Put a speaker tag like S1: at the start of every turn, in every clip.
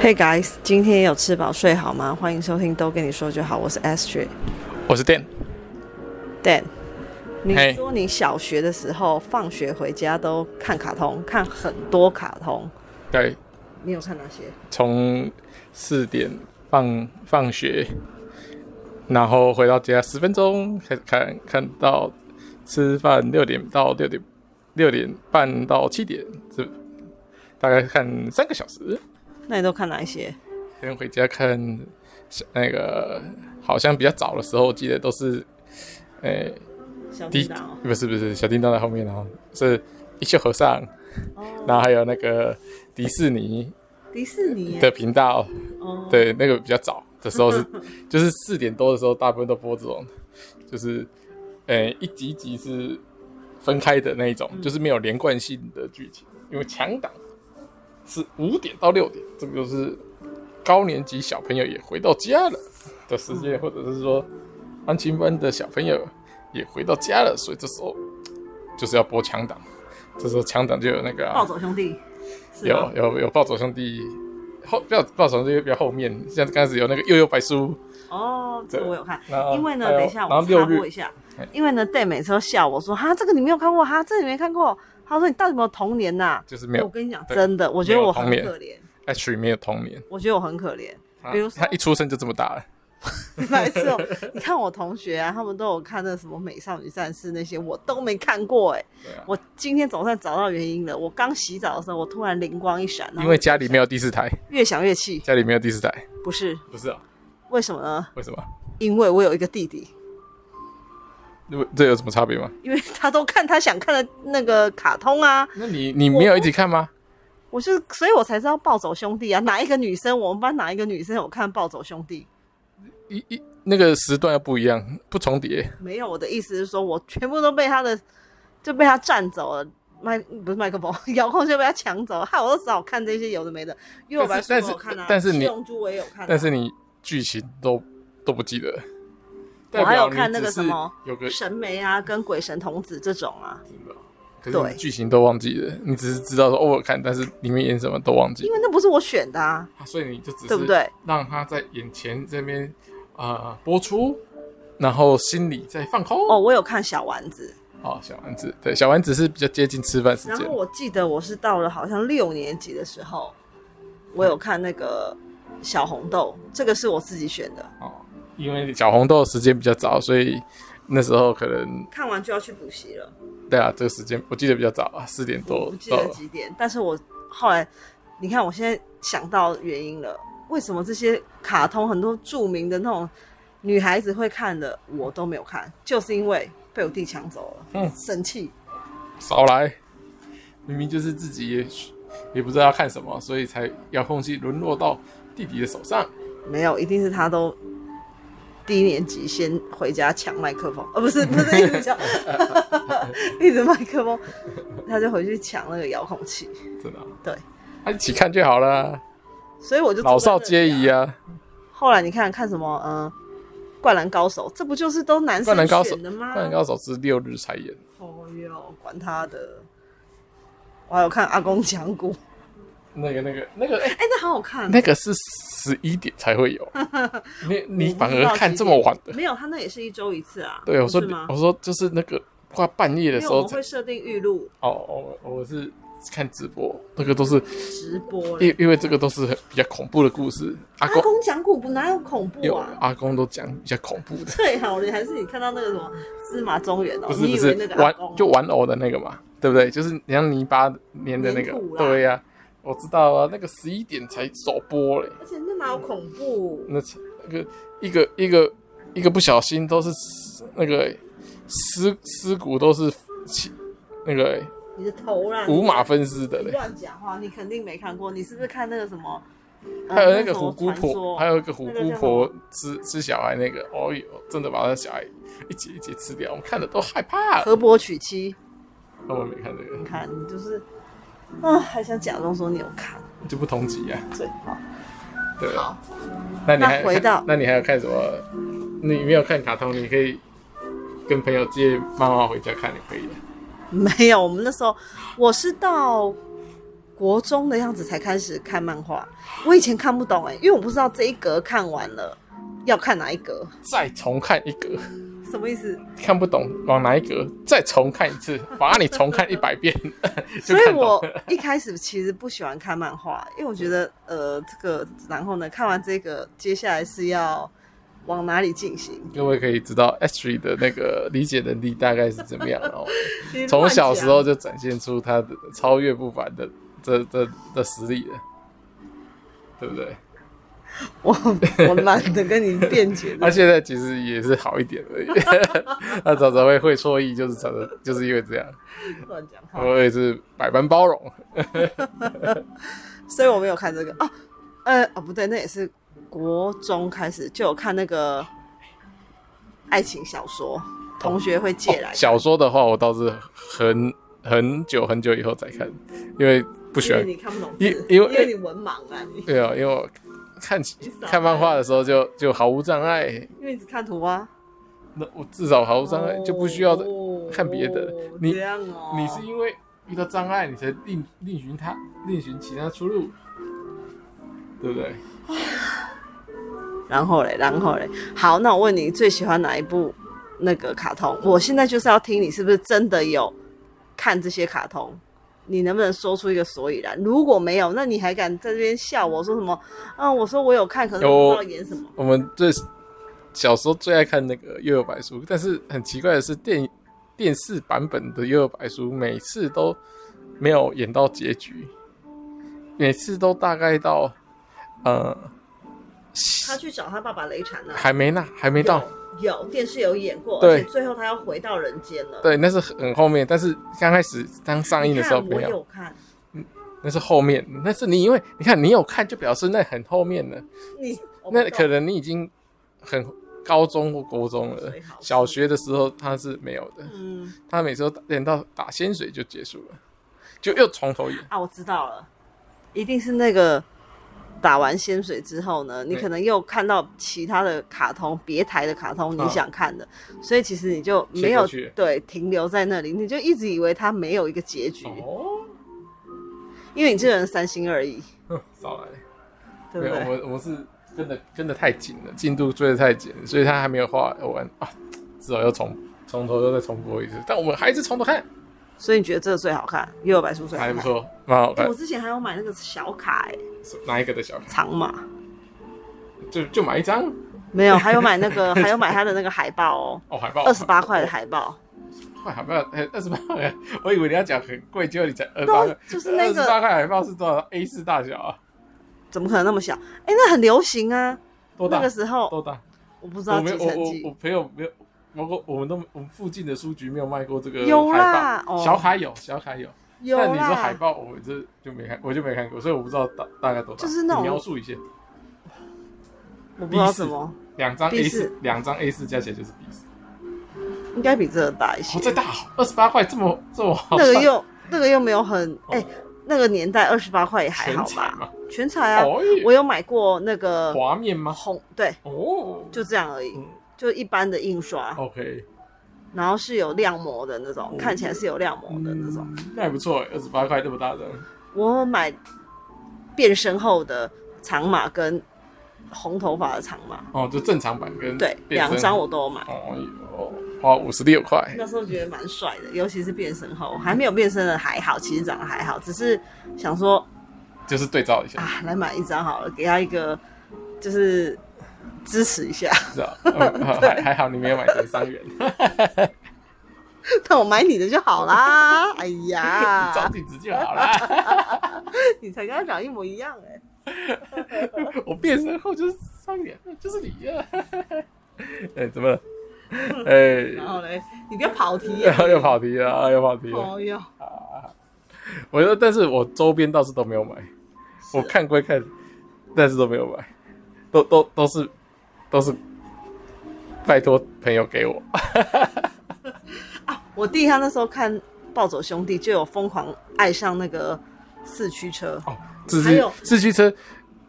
S1: Hey guys，今天有吃饱睡好吗？欢迎收听都跟你说就好，我是 Astrid
S2: 我是 Dan，
S1: Dan。你
S2: 嘿
S1: 说你小学的时候放学回家都看卡通，看很多卡通，
S2: 对，
S1: 你有看哪些？
S2: 从四点放放学，然后回到家十分钟，看看看到吃饭六点到六点六点半到七点，这大概看三个小时，
S1: 那你都看哪一些？
S2: 先回家看那个好像比较早的时候，记得都是，呃、
S1: 小
S2: 第
S1: 叮
S2: 一
S1: 当哦、
S2: 不是不是小叮当在后面，然后是一休和尚，
S1: 哦
S2: 然后还有那个迪士尼
S1: 迪士尼耶
S2: 的频道。
S1: 哦，
S2: 对，那个比较早的时候 是，就是四点多的时候，大部分都播这种，就是，呃，一集一集是分开的那一
S1: 嗯
S2: 种，就是没有连贯性的剧情，因为强档是五点到六点，这个就是高年级小朋友也回到家了的时间，或者是说安亲班的小朋友也回到家了，所以这时候就是要播强档，这时候强档就有那个、啊、
S1: 暴走兄弟是哦
S2: 有
S1: 吗
S2: 有有暴走兄弟后暴暴走兄弟比较后面，像刚开始有那个悠悠白书，
S1: 哦，这个
S2: 对
S1: 我有看
S2: 然，后
S1: 因为呢，
S2: 还有
S1: 等一下
S2: 然
S1: 我
S2: 后六
S1: 插
S2: 日
S1: 播一下，因为呢，Dan 每次都笑我说哈，这个你没有看过，哈，这个你没看过，他说你到底有没有童年呐、
S2: 就是没有
S1: 我跟你讲，
S2: 对
S1: 真的，我觉得我很
S2: 没有
S1: 可
S2: 童
S1: 怜，
S2: H 没有童年，
S1: 我觉得我很可怜。
S2: 啊
S1: 比如说
S2: 他一出生就这么大了，
S1: 白痴哦！你看我同学啊，他们都有看那什么《美少女战士》那些，我都没看过哎、
S2: 对啊，
S1: 我今天总算找到原因了。我刚洗澡的时候，我突然灵光一闪，然后
S2: 因为家里没有第四台，
S1: 越想越气，
S2: 家里没有第四台，
S1: 不是
S2: 不是啊，
S1: 为什么呢？
S2: 为什么？
S1: 因为我有一个弟弟，
S2: 那么这有什么差别吗？
S1: 因为他都看他想看的那个卡通啊，
S2: 那你你没有一起看吗？
S1: 我就所以我才知道《暴走兄弟》啊，哪一个女生，我们班哪一个女生有看《暴走兄弟
S2: 一一那个时段又不一样，不重叠》？，
S1: 没有，我的意思是说，我全部都被他的就被他占走了。麦不是麦克风， 遥控就被他抢走了，害我都只好看这些有的没的。因为我白书我
S2: 但是
S1: 有看啊，
S2: 但是但是你
S1: 七龙珠我也有看、啊，
S2: 但是你剧情都都不记得了，
S1: 我还有
S2: 代表你
S1: 看那个
S2: 只是
S1: 什么
S2: 有个
S1: 神眉啊，跟鬼神童子这种啊，
S2: 可是
S1: 对
S2: 你剧情都忘记了，你只是知道说偶尔看，但是里面演什么都忘记
S1: 因。为那不是我选的啊。
S2: 啊所以你就只是
S1: 对不对
S2: 让他在眼前这边呃播出，然后心里在放空。
S1: 哦，我有看小丸子，
S2: 哦，小丸子，对，小丸子是比较接近吃饭时
S1: 然
S2: 间
S1: 后。我记得我是到了好像六年级的时候，我有看那个小红豆，这个是我自己选的，
S2: 哦，因为小红豆时间比较早，所以那时候可能
S1: 看完就要去补习了，
S2: 对啊，这个时间我记得比较早啊，四点
S1: 我
S2: 多
S1: 不记
S2: 到
S1: 得
S2: 了。
S1: 几点，但是我后来你看，我现在想到原因了，为什么这些卡通很多著名的那种女孩子会看的，我都没有看，就是因为被我弟抢走了，
S2: 嗯
S1: 生气。
S2: 少来，明明就是自己也也不知道要看什么，所以才遥控器沦落到弟弟的手上。
S1: 没有，一定是他都低年级先回家抢麦克风，呃，不是不是一直抢， 一直麦克风，他就回去抢那个遥控器，
S2: 真的啊、
S1: 对，
S2: 啊一起看就好了，
S1: 所以我就
S2: 老少皆宜
S1: 啊。
S2: 啊。
S1: 后来你看看什么，嗯、灌篮高手》，这不就是都男
S2: 灌篮
S1: 生
S2: 高手，
S1: 选的吗？
S2: 灌篮高手是六日才演，
S1: 哦哟，管他的。我还有看《阿公讲古》，
S2: 那个那个那个，哎、
S1: 哎、那好好看。
S2: 那个是十一点才 会有，你
S1: 我
S2: 你
S1: 不
S2: 反
S1: 知道
S2: 而看
S1: 几
S2: 这么
S1: 点
S2: 晚的。
S1: 没有，他那也是一周一次啊。
S2: 对，我说
S1: 不是吗
S2: 我？说就是那个快半夜的
S1: 因
S2: 时
S1: 为我
S2: 候
S1: 们
S2: 才
S1: 会设定预录
S2: 哦哦，我我是看直播，那个都是
S1: 直播嘞。
S2: 因因为这个都是很比较恐怖的故事，阿
S1: 阿
S2: 公
S1: 公啊讲古不哪有恐怖
S2: 有
S1: 啊？
S2: 阿公都讲比较恐怖的，
S1: 最好的还是你看到那个什么司马中原哦，
S2: 不是
S1: 你
S2: 不
S1: 以为
S2: 是
S1: 那个阿
S2: 玩
S1: 公哦
S2: 就玩偶的那个嘛，对不对？就是你像泥巴粘的那
S1: 粘
S2: 个
S1: 土，啦
S2: 对呀、我知道啊，那个十一点才首播嘞。
S1: 而且那哪有恐怖？
S2: 那那个一个一个一个不小心都是那个尸尸骨都是起那个
S1: 你的头啦，
S2: 五马分尸的
S1: 你
S2: 嘞，
S1: 乱讲话，你肯定没看过。你是不是看那个什么？呃
S2: 还有那个
S1: 什
S2: 虎
S1: 么
S2: 姑
S1: 传
S2: 婆，
S1: 说
S2: 还有一个虎
S1: 那个
S2: 姑
S1: 叫
S2: 婆吃吃小孩那个，哦呦，真的把那小孩一节一节吃掉，我们看的都害怕了。
S1: 河伯娶妻，
S2: 那我没看这个
S1: 你，看你就是啊，还想假装说你有看，
S2: 就不同级啊。
S1: 最好
S2: 对，啊
S1: 好。
S2: 那你还
S1: 那回到
S2: 那你还要看什么？你没有看卡通，你可以跟朋友借漫画回家看，也可以的。
S1: 没有，我们那时候我是到国中的样子才开始看漫画，我以前看不懂哎、因为我不知道这一格看完了要看哪一格，
S2: 再重看一格，
S1: 什么意 思？
S2: 看不懂往哪一格，再重看一次，罚你重看一百遍， 就
S1: 所以
S2: 看懂
S1: 我
S2: 了。
S1: 一开始其实不喜欢看漫画，因为我觉得呃这个，然后呢看完这个，接下来是要往哪里进行？
S2: 各位可以知道 Ashley 的那个理解能力大概是怎么样哦。
S1: 你乱
S2: 从小时候
S1: 讲
S2: 就展现出他的超越不凡的这这的实力了，对不对？
S1: 我 我懒得跟你辩解
S2: 他现在其实也是好一点而已， 他常常会会错意，就是常常就是因为这样，
S1: 乱讲话，
S2: 我也是百般包容。
S1: 所以我没有看这个哦，呃哦不对，那也是国中开始就有看那个爱情小说，同学会借来看、
S2: 哦小说的话，我倒是很很久很久以后才看，因为不喜
S1: 因为
S2: 欢。
S1: 你看不懂字，
S2: 因
S1: 因为
S2: 因为
S1: 你文盲啊，你
S2: 对啊，因为我看
S1: 你少
S2: 看漫画的时候就就毫无障碍，
S1: 因为你只看图啊，
S2: 那我至少毫无障碍，就不需要再看别的
S1: 哦
S2: 你
S1: 这样哦，
S2: 你是因为遇到障碍，你才另另寻他另寻其他出路，对不对？
S1: 然后嘞，然后嘞，好，那我问你最喜欢哪一部那个卡通？我现在就是要听你是不是真的有看这些卡通，你能不能说出一个所以然？如果没有，那你还敢在这边笑我说什么？嗯，我说我有看，可是我不知道演什么。
S2: 我们最小时候最爱看那个《悠悠白书》，但是很奇怪的是，电电视版本的《悠悠白书》每次都没有演到结局，每次都大概到呃
S1: 他去找他爸爸雷禅了、
S2: 还没那还没
S1: 啊
S2: 到，
S1: 有有电视有演过，
S2: 对
S1: 而且最后他要回到人间了。
S2: 对，那是很后面，但是刚开始刚上映
S1: 你
S2: 的时候
S1: 看
S2: 没
S1: 我
S2: 有
S1: 有，看，
S2: 那是后面，那是你因为你看你有看就表示那很后面了。
S1: 你我不
S2: 那
S1: 懂
S2: 可能你已经很高中或高中了
S1: 水好，吃
S2: 小学的时候他是没有的，
S1: 嗯
S2: 他每次都打练到打仙水就结束了，就又从头演。
S1: 啊，我知道了，一定是那个打完仙水之后呢，你
S2: 对
S1: 可能又看到其他的卡通，别台的卡通你
S2: 嗯
S1: 想看的，所以其实你就
S2: 切
S1: 没有
S2: 过去
S1: 对停留在那里，你就一直以为它没有一个结局，
S2: 哦，
S1: 因为你这个人三心二意，
S2: 哼少来，
S1: 对
S2: 没
S1: 不
S2: 有，
S1: 对？
S2: 我我是跟的跟的太紧了，进度追的太紧了，所以他还没有画完啊，至少要重从头又再重播一次。但我们还是从头看，
S1: 所以你觉得这个最好看，又有白书最好
S2: 还
S1: 看。
S2: 不错，蛮好
S1: 哎
S2: 看
S1: 我。之前还有买那个小卡、哎，
S2: 哪一个的小孩？
S1: 长码
S2: 就就买一张
S1: 没有，还有买那个，还有买它的那个海报哦，
S2: 哦，海报
S1: 二十八块的海报，
S2: 块海报，呃，二十八块，我以为你要讲很贵，结果你讲二十八
S1: 对
S2: 块，，
S1: 就是那
S2: 二
S1: 个
S2: 十八块海报是多少？A 四大小啊？
S1: 怎么可能那么小？哎、那很流行啊，
S2: 多
S1: 那
S2: 大？
S1: 个时候
S2: 多大？
S1: 我不知道
S2: 我
S1: 几
S2: 没有，我
S1: 成
S2: 我
S1: 绩
S2: 我朋友没有，包括我们都我们附近的书局没有卖过这个
S1: 有
S2: 海
S1: 啦
S2: 报，
S1: 哦
S2: 小海有，小海有。
S1: 有
S2: 但你说
S1: 啦
S2: 海报，我这就没看，我就没看过，所以我不知道大大概多大。
S1: 就是那种
S2: 你描述一下，
S1: 我不知道
S2: B4
S1: 什么，
S2: 两张 A
S1: B4
S2: 四，两张 A 四加起来就是 B 四，
S1: 应该比这个大一些。
S2: 哦，这大好，二十八块，这么哦这么好
S1: 那
S2: 算，
S1: 个又那个又没有很
S2: 哦
S1: 哎、那个年代二十八块也还好
S2: 全彩
S1: 吧？
S2: 吗？
S1: 全彩啊，
S2: 哦耶
S1: 我有买过那个
S2: 画面吗？
S1: 红，对，
S2: 哦，
S1: 就这样而已
S2: 嗯，哦
S1: 就一般的印刷，
S2: OK，
S1: 然后是有亮膜的那种，
S2: 哦
S1: 看起来是有亮膜的那种。
S2: 嗯，那还不错欸，二十八块这么大张。
S1: 我有买变身后的长码跟红头发的长码，
S2: 哦，就正常版跟
S1: 对，
S2: 变身
S1: 两张我都有买。
S2: 哦哟，花五十六块，
S1: 那时候觉得蛮帅的，尤其是变身后，还没有变身的还好，其实长得还好，只是想说
S2: 就是对照一下，
S1: 啊，来买一张好了，给他一个就是支持一下。
S2: 是啊，嗯还 还好你没有买成三元，
S1: 那我买你的就好啦。哎
S2: 你照
S1: 呀，
S2: 镜子就 好啦。
S1: 你才跟他长一模一样哎、
S2: 我变身后就是三元，就是你 呀。哎，怎么了？哎
S1: 然，后嘞，你不要跑题耶、
S2: 又又跑题了，啊又跑题了。
S1: 哦哟，
S2: 我说，但是我周边倒是都没有买，
S1: 是啊
S2: 我看归看，但是都没有买，都都都是都是拜托朋友给我。
S1: 我弟他那时候看《暴走兄弟》就有疯狂爱上那个四驱车，
S2: 哦，四
S1: 还有
S2: 驱四驱车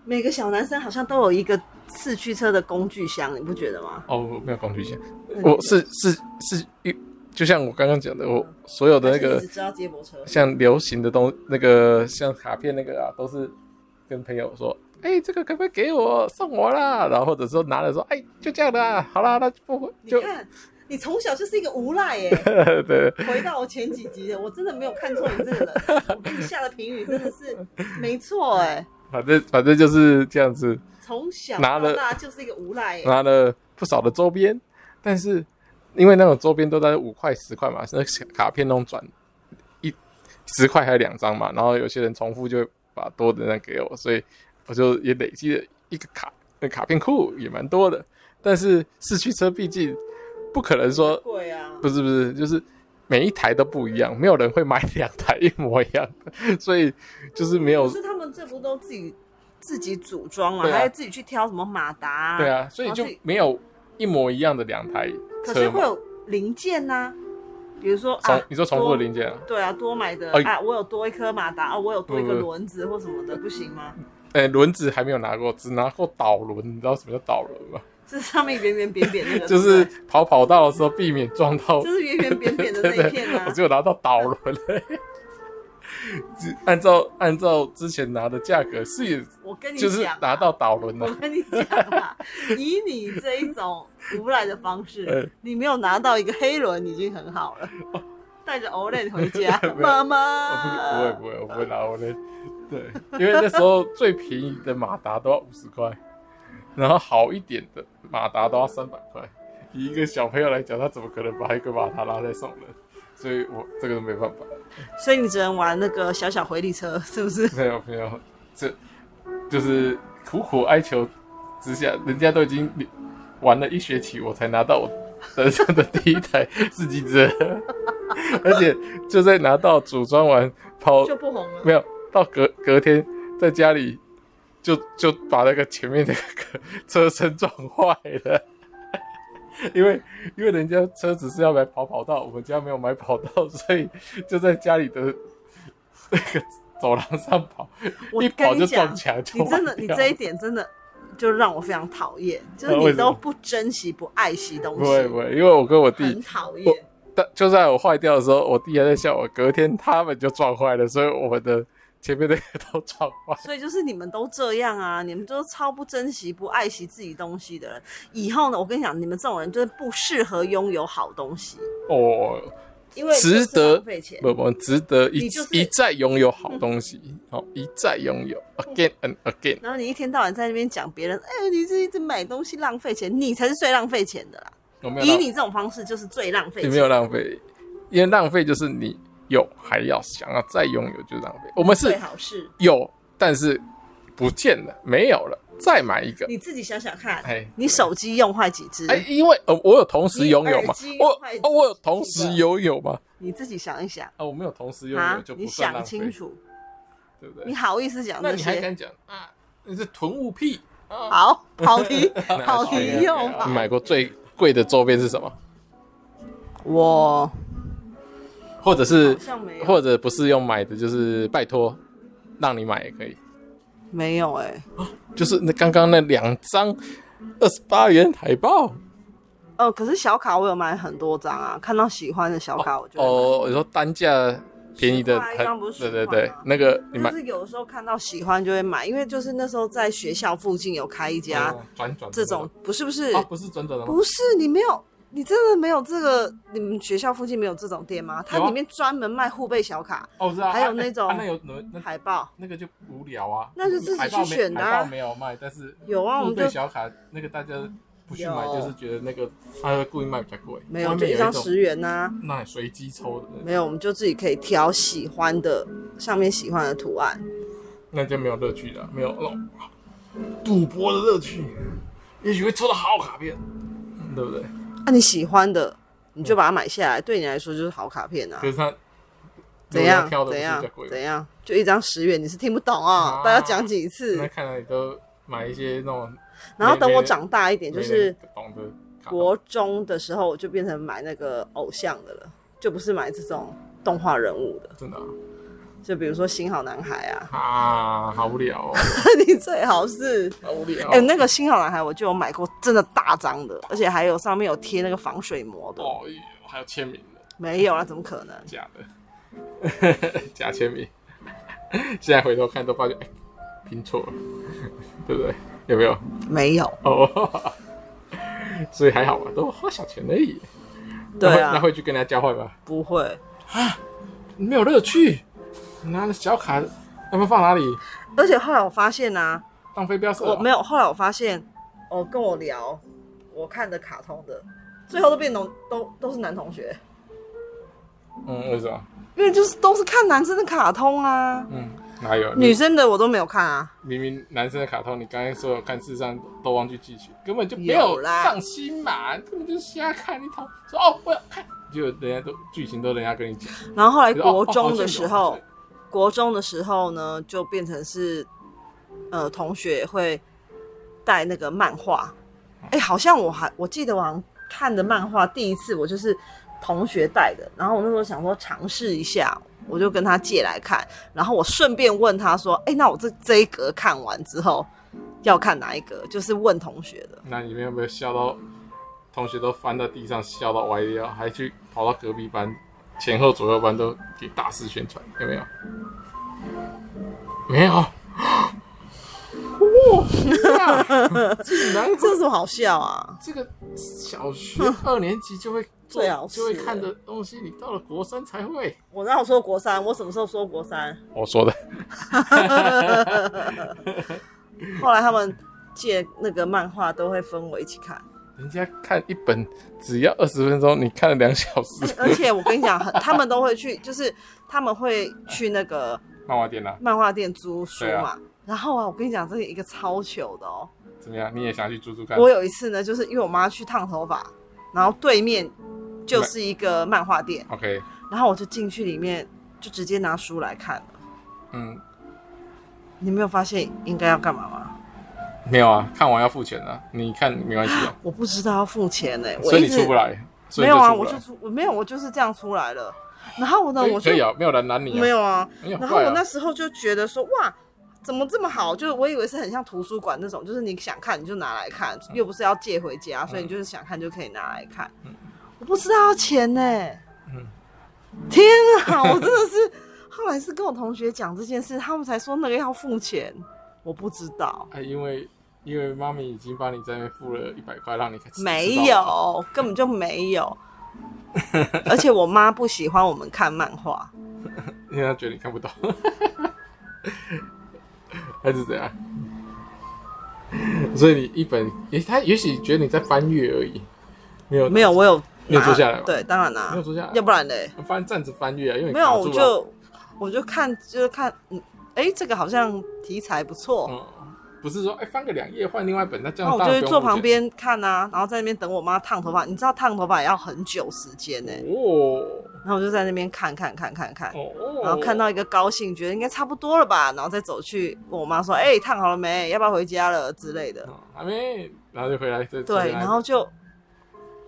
S1: 每个小男生好像都有一个四驱车的工具箱，你不觉得吗？
S2: 哦，没有工具箱
S1: 嗯，
S2: 我是是是就像我刚刚讲的，我所有的那
S1: 但
S2: 个
S1: 是你只知道接驳车，
S2: 像流行的东那个像卡片那个啊，都是跟朋友说，哎、这个可不可以给我送我啦？然后或者说拿了说，哎、就这样的啊，好啦，那就不
S1: 你
S2: 就
S1: 看你从小就是一个无赖耶、
S2: 对，
S1: 回到我前几集的，我真的没有看错你这个人，我给你下的评语真的是没错哎、
S2: 反正反正就是这样子，
S1: 从小到
S2: 拿了
S1: 大就是一个无赖耶、
S2: 拿了不少的周边，但是因为那种周边都在五块十块嘛，那卡片那种转一十块还有两张嘛，然后有些人重复就会把多的那给我，所以我就也累积了一个卡那卡片库也蛮多的，但是四驱车毕竟不可能说
S1: 贵啊，
S2: 不是不是，就是每一台都不一样，没有人会买两台一模一样的，所以就是没有
S1: 可是他们这不都自己自己组装啊，
S2: 对啊
S1: 还要自己去挑什么马达、啊
S2: 对，啊，所以
S1: 然后
S2: 就
S1: 自己
S2: 没有一模一样的两台
S1: 可是
S2: 车
S1: 会
S2: 嘛。
S1: 有零件呐、比如说
S2: 重
S1: 啊，
S2: 你说重复
S1: 多
S2: 的零件啊？
S1: 对啊，多买的、
S2: 哎
S1: 啊，我有多一颗马达啊，我有多一个
S2: 不不不
S1: 轮子或什么的，不行吗？
S2: 哎，轮子还没有拿过，只拿过导轮。你知道什么叫导轮吗？
S1: 这上面圆圆扁扁那个，
S2: 就是
S1: 对不
S2: 跑跑道的时候避免撞到。
S1: 对就是圆圆扁扁的那一片 啊
S2: 我只。有拿到导轮。 只按照按照之前拿的价格是也，
S1: 我跟你
S2: 就
S1: 讲啊，
S2: 是拿到导轮
S1: 我
S2: 了。
S1: 跟你讲 啊，以你这一种无赖的方式
S2: 嗯，
S1: 你没有拿到一个黑轮已经很好了。带 着 Olen 回家
S2: 哦没有，
S1: 妈妈
S2: 我不不会不会，我不会拿我的。对，因为那时候最便宜的马达都要五十块，然后好一点的马达都要三百块。以一个小朋友来讲，他怎么可能把一个马达拉在送人？所以我这个没办法。
S1: 所以你只能玩那个小小回力车，是不是？
S2: 没有没有，这就是苦苦哀求之下，人家都已经玩了一学期，我才拿到我人生的 第一台四机车， 而且就在拿到组装完跑
S1: 就不红了。
S2: 没有到隔隔天在家里就就把那个前面那个车身撞坏了。 因为因为人家车子是要买跑跑道，我们家没有买跑道，所以就在家里的那个走廊上跑，
S1: 我
S2: 一跑
S1: 跟
S2: 就
S1: 你讲
S2: 撞，墙就
S1: 你真的，
S2: 歪
S1: 你
S2: 掉
S1: 这一点真的就让我非常讨厌，就是
S2: 呃
S1: 你
S2: 为什
S1: 都
S2: 么
S1: 不珍惜、不爱惜东
S2: 不会不
S1: 西，
S2: 会，因为我跟我弟
S1: 很，讨厌
S2: 我。但就在我坏掉的时候，我弟还在笑我，隔天他们就撞坏了，所以我们的前面那个都撞坏。
S1: 所以就是你们都这样啊，你们都超不珍惜、不爱惜自己东西的人。以后呢，我跟你讲，你们这种人就是不适合拥有好东西，
S2: 哦，
S1: 因为就是
S2: 值得
S1: 浪费钱。
S2: 不，我们值得一
S1: 你就是嗯
S2: 一再拥有好东西，好一再拥有，again and again。
S1: 然后你一天到晚在那边讲别人，哎、你是一直买东西浪费钱，你才是最浪费钱的啦。
S2: 有没有
S1: 以
S2: 浪？
S1: 你这种方式就是最浪费
S2: 你
S1: 钱。
S2: 没有浪费，因为浪费就是你有还要想要再拥有就浪费。我们是
S1: 最好是
S2: 有，但是不见了，没有了，再买一个。
S1: 你自己想想看，
S2: 哎
S1: 你手机用坏几只？
S2: 哎，因为呃，我有同时拥有
S1: 你耳
S2: 嘛
S1: 机，
S2: 我
S1: 坏
S2: 哦，我有同时拥有嘛，
S1: 你自己想一想
S2: 啊，我没有同时拥有
S1: 啊
S2: 就！不
S1: 你
S2: 算
S1: 想
S2: 浪费
S1: 清，楚，
S2: 对不对
S1: 你？好意思讲
S2: 那
S1: 这
S2: 你还
S1: 些？
S2: 敢讲啊？你是囤物癖啊？
S1: 好，跑 题，跑题又
S2: 你
S1: 跑。
S2: 买过最贵的周边是什么？
S1: 我
S2: 或者是
S1: 好像没有
S2: 或者不是用买的，就是拜托让你买也可以。
S1: 没有哎、
S2: 就是那刚刚那两张二十八元海报
S1: 哦，可是小卡我有买很多张啊，看到喜欢的小卡我就会买
S2: 哦，我说单价便宜的
S1: 十块一张不是
S2: 对
S1: 十
S2: 对
S1: 块
S2: 对
S1: 吗，
S2: 那个你买
S1: 但是有的时候看到喜欢就会买，因为就是那时候在学校附近有开一家
S2: 哦转转的
S1: 这种，不是不是、
S2: 啊，不是转转的吗？
S1: 不是你没有，你真的没有这个，你们学校附近没有这种店吗？它
S2: 有啊
S1: 里面专门卖护贝小卡、
S2: 哦，我知道，
S1: 还有
S2: 啊
S1: 那
S2: 哎
S1: 种
S2: 啊那有那那
S1: 海报，
S2: 那个就无聊啊，
S1: 那就自己
S2: 海报
S1: 去
S2: 没
S1: 选的啊
S2: 海报没有卖，但是
S1: 有啊我们
S2: 对
S1: 就
S2: 小卡那个大家不去买，
S1: 有
S2: 就是觉得那个他会故意卖比较贵，
S1: 没有
S2: 外面
S1: 就
S2: 有
S1: 一张
S2: 种
S1: 十元呐、
S2: 那随机抽的那种，
S1: 没有我们就自己可以挑喜欢的，上面喜欢的图案。
S2: 那就没有乐趣了，没有那种赌博的乐趣，也许会抽到好卡片，对不对？
S1: 那、啊你喜欢的你
S2: 嗯
S1: 就把它买下来，对你来说就是好卡片啊
S2: 可。是他
S1: 怎样
S2: 如果他挑的不
S1: 怎
S2: 是比
S1: 样
S2: 较贵
S1: 怎样，就一张十元，你是听不懂哦，
S2: 啊
S1: 大家讲几次
S2: 那。看来你都买一些那种，
S1: 然后等
S2: 没
S1: 我
S2: 人
S1: 长大一点，就是
S2: 没人懂得卡通
S1: 国中的时候，我就变成买那个偶像的了，就不是买这种动画人物的，
S2: 真的
S1: 就比如说《新好男孩》啊，
S2: 啊，啊好无聊哦，
S1: 你最好是。
S2: 好无聊哦。
S1: 哎、那个新好男孩我就有买过，真的大张的，而且还有上面有贴那个防水膜的，
S2: 哦，还有签名的，
S1: 没有啦，怎么可能？
S2: 假的， 假签名。现在回头看都发现，哎、拼错了，对不对？有没有？
S1: 没有，
S2: 哦， 所以还好吧，都花小钱而已。
S1: 对
S2: 那会那
S1: 啊，
S2: 会去跟人家交换吗？
S1: 不会。
S2: 没有乐趣，拿了小卡，他们放哪里？
S1: 而且后来我发现啊，
S2: 当飞镖射
S1: 我
S2: 啊？
S1: 没有。后来我发现，哦，跟我聊我看的卡通的，最后都变同都都是男同学，
S2: 嗯，为什么？
S1: 因为就是都是看男生的卡通啊，
S2: 嗯，哪有？
S1: 女生的我都没有看啊。
S2: 明明男生的卡通，你刚才说有看，事实上都忘记记取，根本就没有
S1: 有啦
S2: 上心嘛，根本就是瞎看一通，说哦我要看，就人家都剧情都人家跟你讲。
S1: 然后后来
S2: 你说哦
S1: 国
S2: 哦
S1: 中
S2: 好
S1: 的
S2: 像有
S1: 时
S2: 好
S1: 候
S2: 像有，
S1: 国中的时候呢，就变成是呃同学会带那个漫画，
S2: 哦
S1: 哎、好像我还我记得我好像看的漫画第一次我就是同学带的，然后我那时候想说尝试一下。我就跟他借来看，然后我顺便问他说：“哎、那我这这一格看完之后要看哪一格？”就是问同学的。
S2: 那你们有没有笑到同学都翻到地上笑到歪掉，还去跑到隔壁班、前后左右班都给大肆宣传，有没有？没有。哇！竟然
S1: 这有什么好笑啊？
S2: 这个小学二年级就会做
S1: 最好，是
S2: 就会看的东西，你到了国三才会。
S1: 我哪有说国三？我什么时候说国三？
S2: 我说的，
S1: 后来他们借那个漫画都会分我一起看，
S2: 人家看一本只要二十分钟，你看了两小时。
S1: 而且我跟你讲，很他们都会去，就是他们会去那个
S2: 漫画店啊啦、
S1: 漫画店租书
S2: 对
S1: 嘛。
S2: 啊
S1: 然后啊，我跟你讲，这是一个超糗的哦。
S2: 怎么样？你也想去租租看？
S1: 我有一次呢，就是因为我妈去烫头发，然后对面就是一个漫画店，
S2: OK，
S1: 然后我就进去里面就直接拿书来看了。
S2: 嗯，
S1: 你没有发现应该要干嘛吗？
S2: 没有啊，看完要付钱啊。你看没关系啊，
S1: 我不知道要付钱呢、我
S2: 所以
S1: 一
S2: 你
S1: 直
S2: 出不来，所以
S1: 没
S2: 你
S1: 有啊，
S2: 出不
S1: 我
S2: 来
S1: 就出我没有，我就是这样出来了。然后呢，
S2: 可以
S1: 我就
S2: 可以啊，没有人拦你啊，
S1: 没有啊，
S2: 你很
S1: 然后我
S2: 坏
S1: 那
S2: 啊。
S1: 时候就觉得说，哇，怎么这么好？就是我以为是很像图书馆那种，就是你想看你就拿来看，又不是要借回家，
S2: 嗯
S1: 所以你就是想看就可以拿来看。我不知道要钱呢、
S2: 嗯
S1: 天啊， 我真的是后来是跟我同学讲这件事，他们才说那个要付钱，我不知道，
S2: 啊，因为因为妈咪已经帮你在那边付了一百块，让你看。
S1: 没
S2: 知道了
S1: 有，根本就没有。而且我妈不喜欢我们看漫画，
S2: 因为他觉得你看不懂， 还是怎样？所以你一本，也他也许觉得你在翻阅而已，没有
S1: 没有，我有
S2: 你有
S1: 拿
S2: 坐下来吗
S1: 对，当然啦、
S2: 没有坐下来
S1: 要不然嘞。
S2: 翻站着翻阅啊，因为你
S1: 没有，
S2: 卡住
S1: 我
S2: 啊
S1: 就我就看，就是看，嗯，哎，这个好像题材不错，
S2: 嗯，不是说哎、翻个两页换另外一本，那这
S1: 那
S2: 样
S1: 啊我
S2: 当
S1: 就
S2: 然
S1: 去
S2: 不用
S1: 坐
S2: 付
S1: 旁
S2: 钱
S1: 边看啊，然后在那边等我妈烫头发。你知道烫头发也要很久时间呢、
S2: 哦
S1: 然后我就在那边看看看看看，
S2: 哦，
S1: 然后看到一个高兴，觉得应该差不多了吧，然后再走去问我妈说，哎，烫好了没？要不要回家了之类的。
S2: 嗯还没，然后就回来再
S1: 对，然后就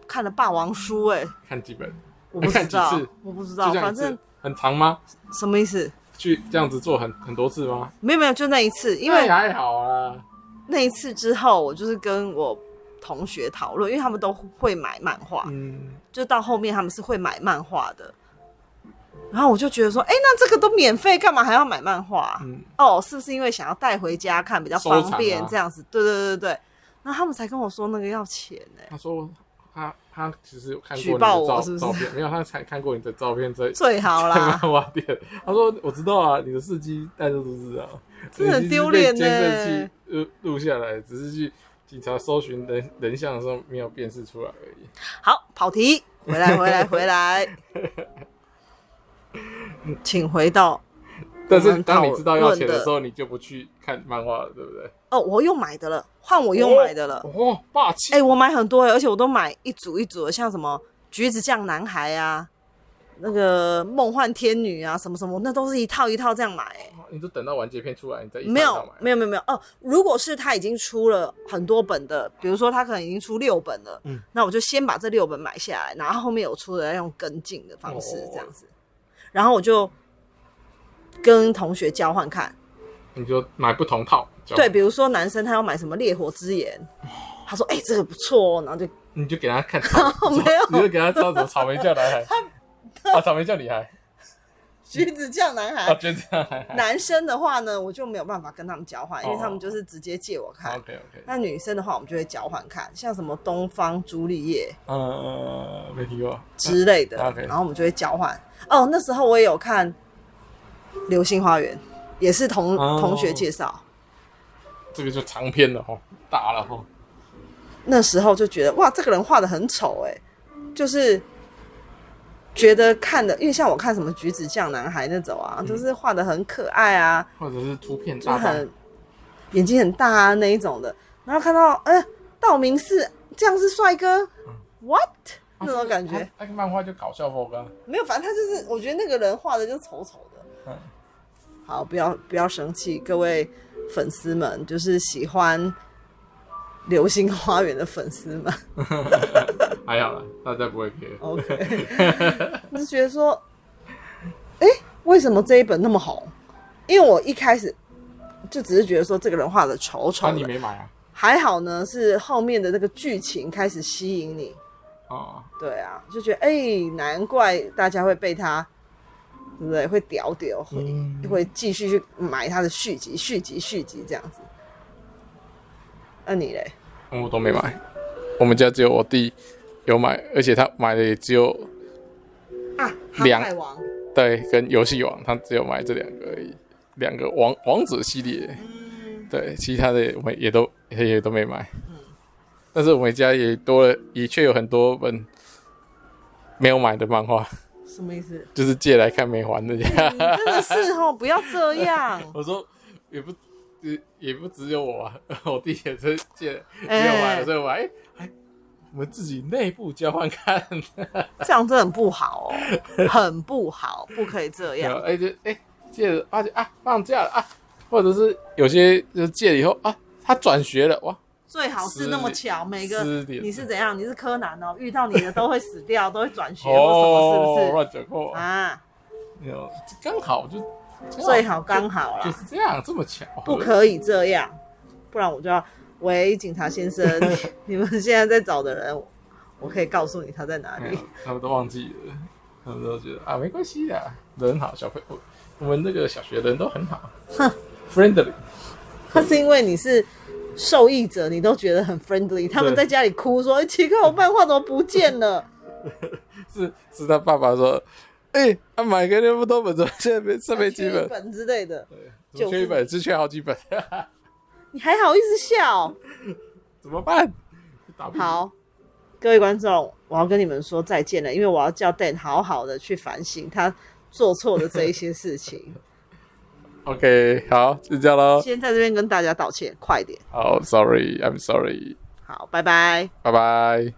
S1: 看了霸王书、哎，
S2: 看几本，
S1: 我不知道
S2: 看几次，
S1: 我不知
S2: 就
S1: 道，
S2: 这样
S1: 反
S2: 一次
S1: 正
S2: 很长吗？
S1: 什么意思？
S2: 去这样子做很很多次吗？
S1: 没有没有，就那一次，因
S2: 那
S1: 为
S2: 也还好啊，
S1: 那一次之后，我就是跟我同学讨论，因为他们都会买漫画，
S2: 嗯，
S1: 就到后面他们是会买漫画的。然后我就觉得说，哎、那这个都免费，干嘛还要买漫画啊、
S2: 嗯
S1: 哦，是不是因为想要带回家看比较
S2: 收藏
S1: 方便
S2: 啊
S1: 这样子？对对对对对。然后他们才跟我说那个要钱呢、
S2: 他说他他其实有看
S1: 举
S2: 过你
S1: 报
S2: 的
S1: 我
S2: 照
S1: 是不是
S2: 照片，没有他才看过你的照 片在
S1: 最好
S2: 在漫
S1: 啦，
S2: 画店。他说我知道啊，你的司机带着都知道，
S1: 真的很丢脸
S2: 你
S1: 呢
S2: 其实被监视器录录下来，只是去警察搜寻人人像的时候没有辨识出来而已。
S1: 好，跑题，回 来回来回来，请回到
S2: 但
S1: 我
S2: 是
S1: 们
S2: 当
S1: 讨
S2: 你知道要钱
S1: 论
S2: 的
S1: 的
S2: 时候，你就不去看漫画了，对不对？
S1: 哦，我又买的了，换我又买的了。
S2: 哦，霸气！
S1: 哎、我买很多、欸，而且我都买一组一组的，像什么橘子酱男孩啊，那个梦幻天女啊，什么什么，那都是一套一套这样买、欸。
S2: 啊你就等到完结篇出来，啊你再一
S1: 没
S2: 套一
S1: 有
S2: 套，买。
S1: 没有，没有，没有哦。如果是他已经出了很多本的，比如说他可能已经出六本了，
S2: 嗯
S1: 那我就先把这六本买下来，然后后面有出的要用跟进的方式
S2: 哦
S1: 这样子，然后我就跟同学交换看，
S2: 哦你就买不同套，这样
S1: 对，，比如说男生他要买什么烈火之眼，他说哎、欸这个不错哦，然后就
S2: 你就给他看草，
S1: 没有
S2: 你就给他知道什么草莓酱男孩。啊，草莓酱女孩
S1: 橘子酱男
S2: 啊，
S1: 孩。
S2: 就 这样还还
S1: 男生的话呢，我就没有办法跟他们交换，因为
S2: 哦
S1: 他们就是直接借我看。
S2: OK OK，
S1: 那女生的话，我们就会交换看，像什么东方朱丽叶
S2: 嗯，没听过，
S1: 之类的，
S2: 啊，OK
S1: 然后我们就会交换。哦，那时候我也有看《流星花园》，也是同、
S2: 哦
S1: 同学介绍，
S2: 这个就长篇了哈，大了哦哈，
S1: 那时候就觉得哇，这个人画的很丑哎、就是觉得看的，因为像我看什么橘子酱男孩那种
S2: 嗯
S1: 啊，就是画的很可爱啊，
S2: 或者是图片啊
S1: 就是
S2: 大
S1: 很
S2: 放，
S1: 眼睛很大啊那一种的，然后看到呃道明寺这样是帅哥、w h a t 那种感觉、
S2: 啊那个漫画就搞笑风 啊，
S1: 没有，反正他就是我觉得那个人画的就丑丑的。
S2: 嗯，
S1: 好，不要不要生气，各位粉丝们，就是喜欢《流星花园》的粉丝 们
S2: 还好啦，大家不会 care。
S1: ，OK，我就觉得说，哎、为什么这一本那么红？因为我一开始就只是觉得说这个人画的丑丑
S2: 啊，你
S1: 的，
S2: 没买啊？
S1: 还好呢，是后面的那个剧情开始吸引你，
S2: 哦，
S1: 对啊，就觉得哎、难怪大家会被他，对不对？会屌屌，会、
S2: 嗯
S1: 会继续去买他的续集、续集、续集这样子。那、你嘞？
S2: 我都没买，我们家只有我弟有买，而且他买的也只有
S1: 啊，
S2: 两
S1: 航海王，
S2: 对跟游戏王，他只有买这两个而已，两个王王者系列，
S1: 嗯，
S2: 对，其他的我们也都也也都没买。但是我们家也多了，也确有很多本没有买的漫画，
S1: 什么意 思？
S2: 就是借来看没还的。
S1: 你真的是哦，不要这 样
S2: 。我说也不也也不只有我、啊， 我弟也是借没
S1: 哎
S2: 有买的，所以我还哎哎我们自己内部交换看。
S1: 这样真的很不好哦，很不好，不可以这
S2: 然
S1: 样
S2: 后。哎就哎借了发现啊放假了啊，或者是有些就是借了以后啊，他转学了哇，
S1: 最好是那么巧，每个
S2: 失联
S1: 你是怎样？你是柯南哦，遇到你的都会死掉，都会转学或什么，
S2: 哦
S1: 是不
S2: 乱讲
S1: 是？
S2: 话，
S1: 啊，
S2: 没有刚好就
S1: 最好刚好啦
S2: 就。是这样这么巧，
S1: 不可以这样，不然我就要喂警察先 生，你们现在在找的人，我我可以告诉你他在哪
S2: 没有
S1: 里。，
S2: 他们都忘记了，他们都觉得啊没关系的，人好小朋友，我们那个小学人都很好
S1: 哼
S2: ，friendly。
S1: 他是因为你是受益者，你都觉得很 friendly，他们在家里哭说：“哎奇怪，我漫画怎么不见 了
S2: 是是他爸爸说，哎、他、买个那么多本，怎么现在没？”剩没几
S1: 缺一
S2: 本？
S1: 本之类的，
S2: 对怎么缺一本，只缺好几本，
S1: 你还好意思笑？
S2: 怎么办？打不赢，
S1: 好，各位观众，我要跟你们说再见了，因为我要叫 Dan 好好的去反省他做错的这一些事情。
S2: ，OK，好，就这样喽。
S1: 先在这边跟大家道歉，快点，
S2: 好，Sorry，I'm sorry，
S1: 好，拜拜。
S2: 拜拜。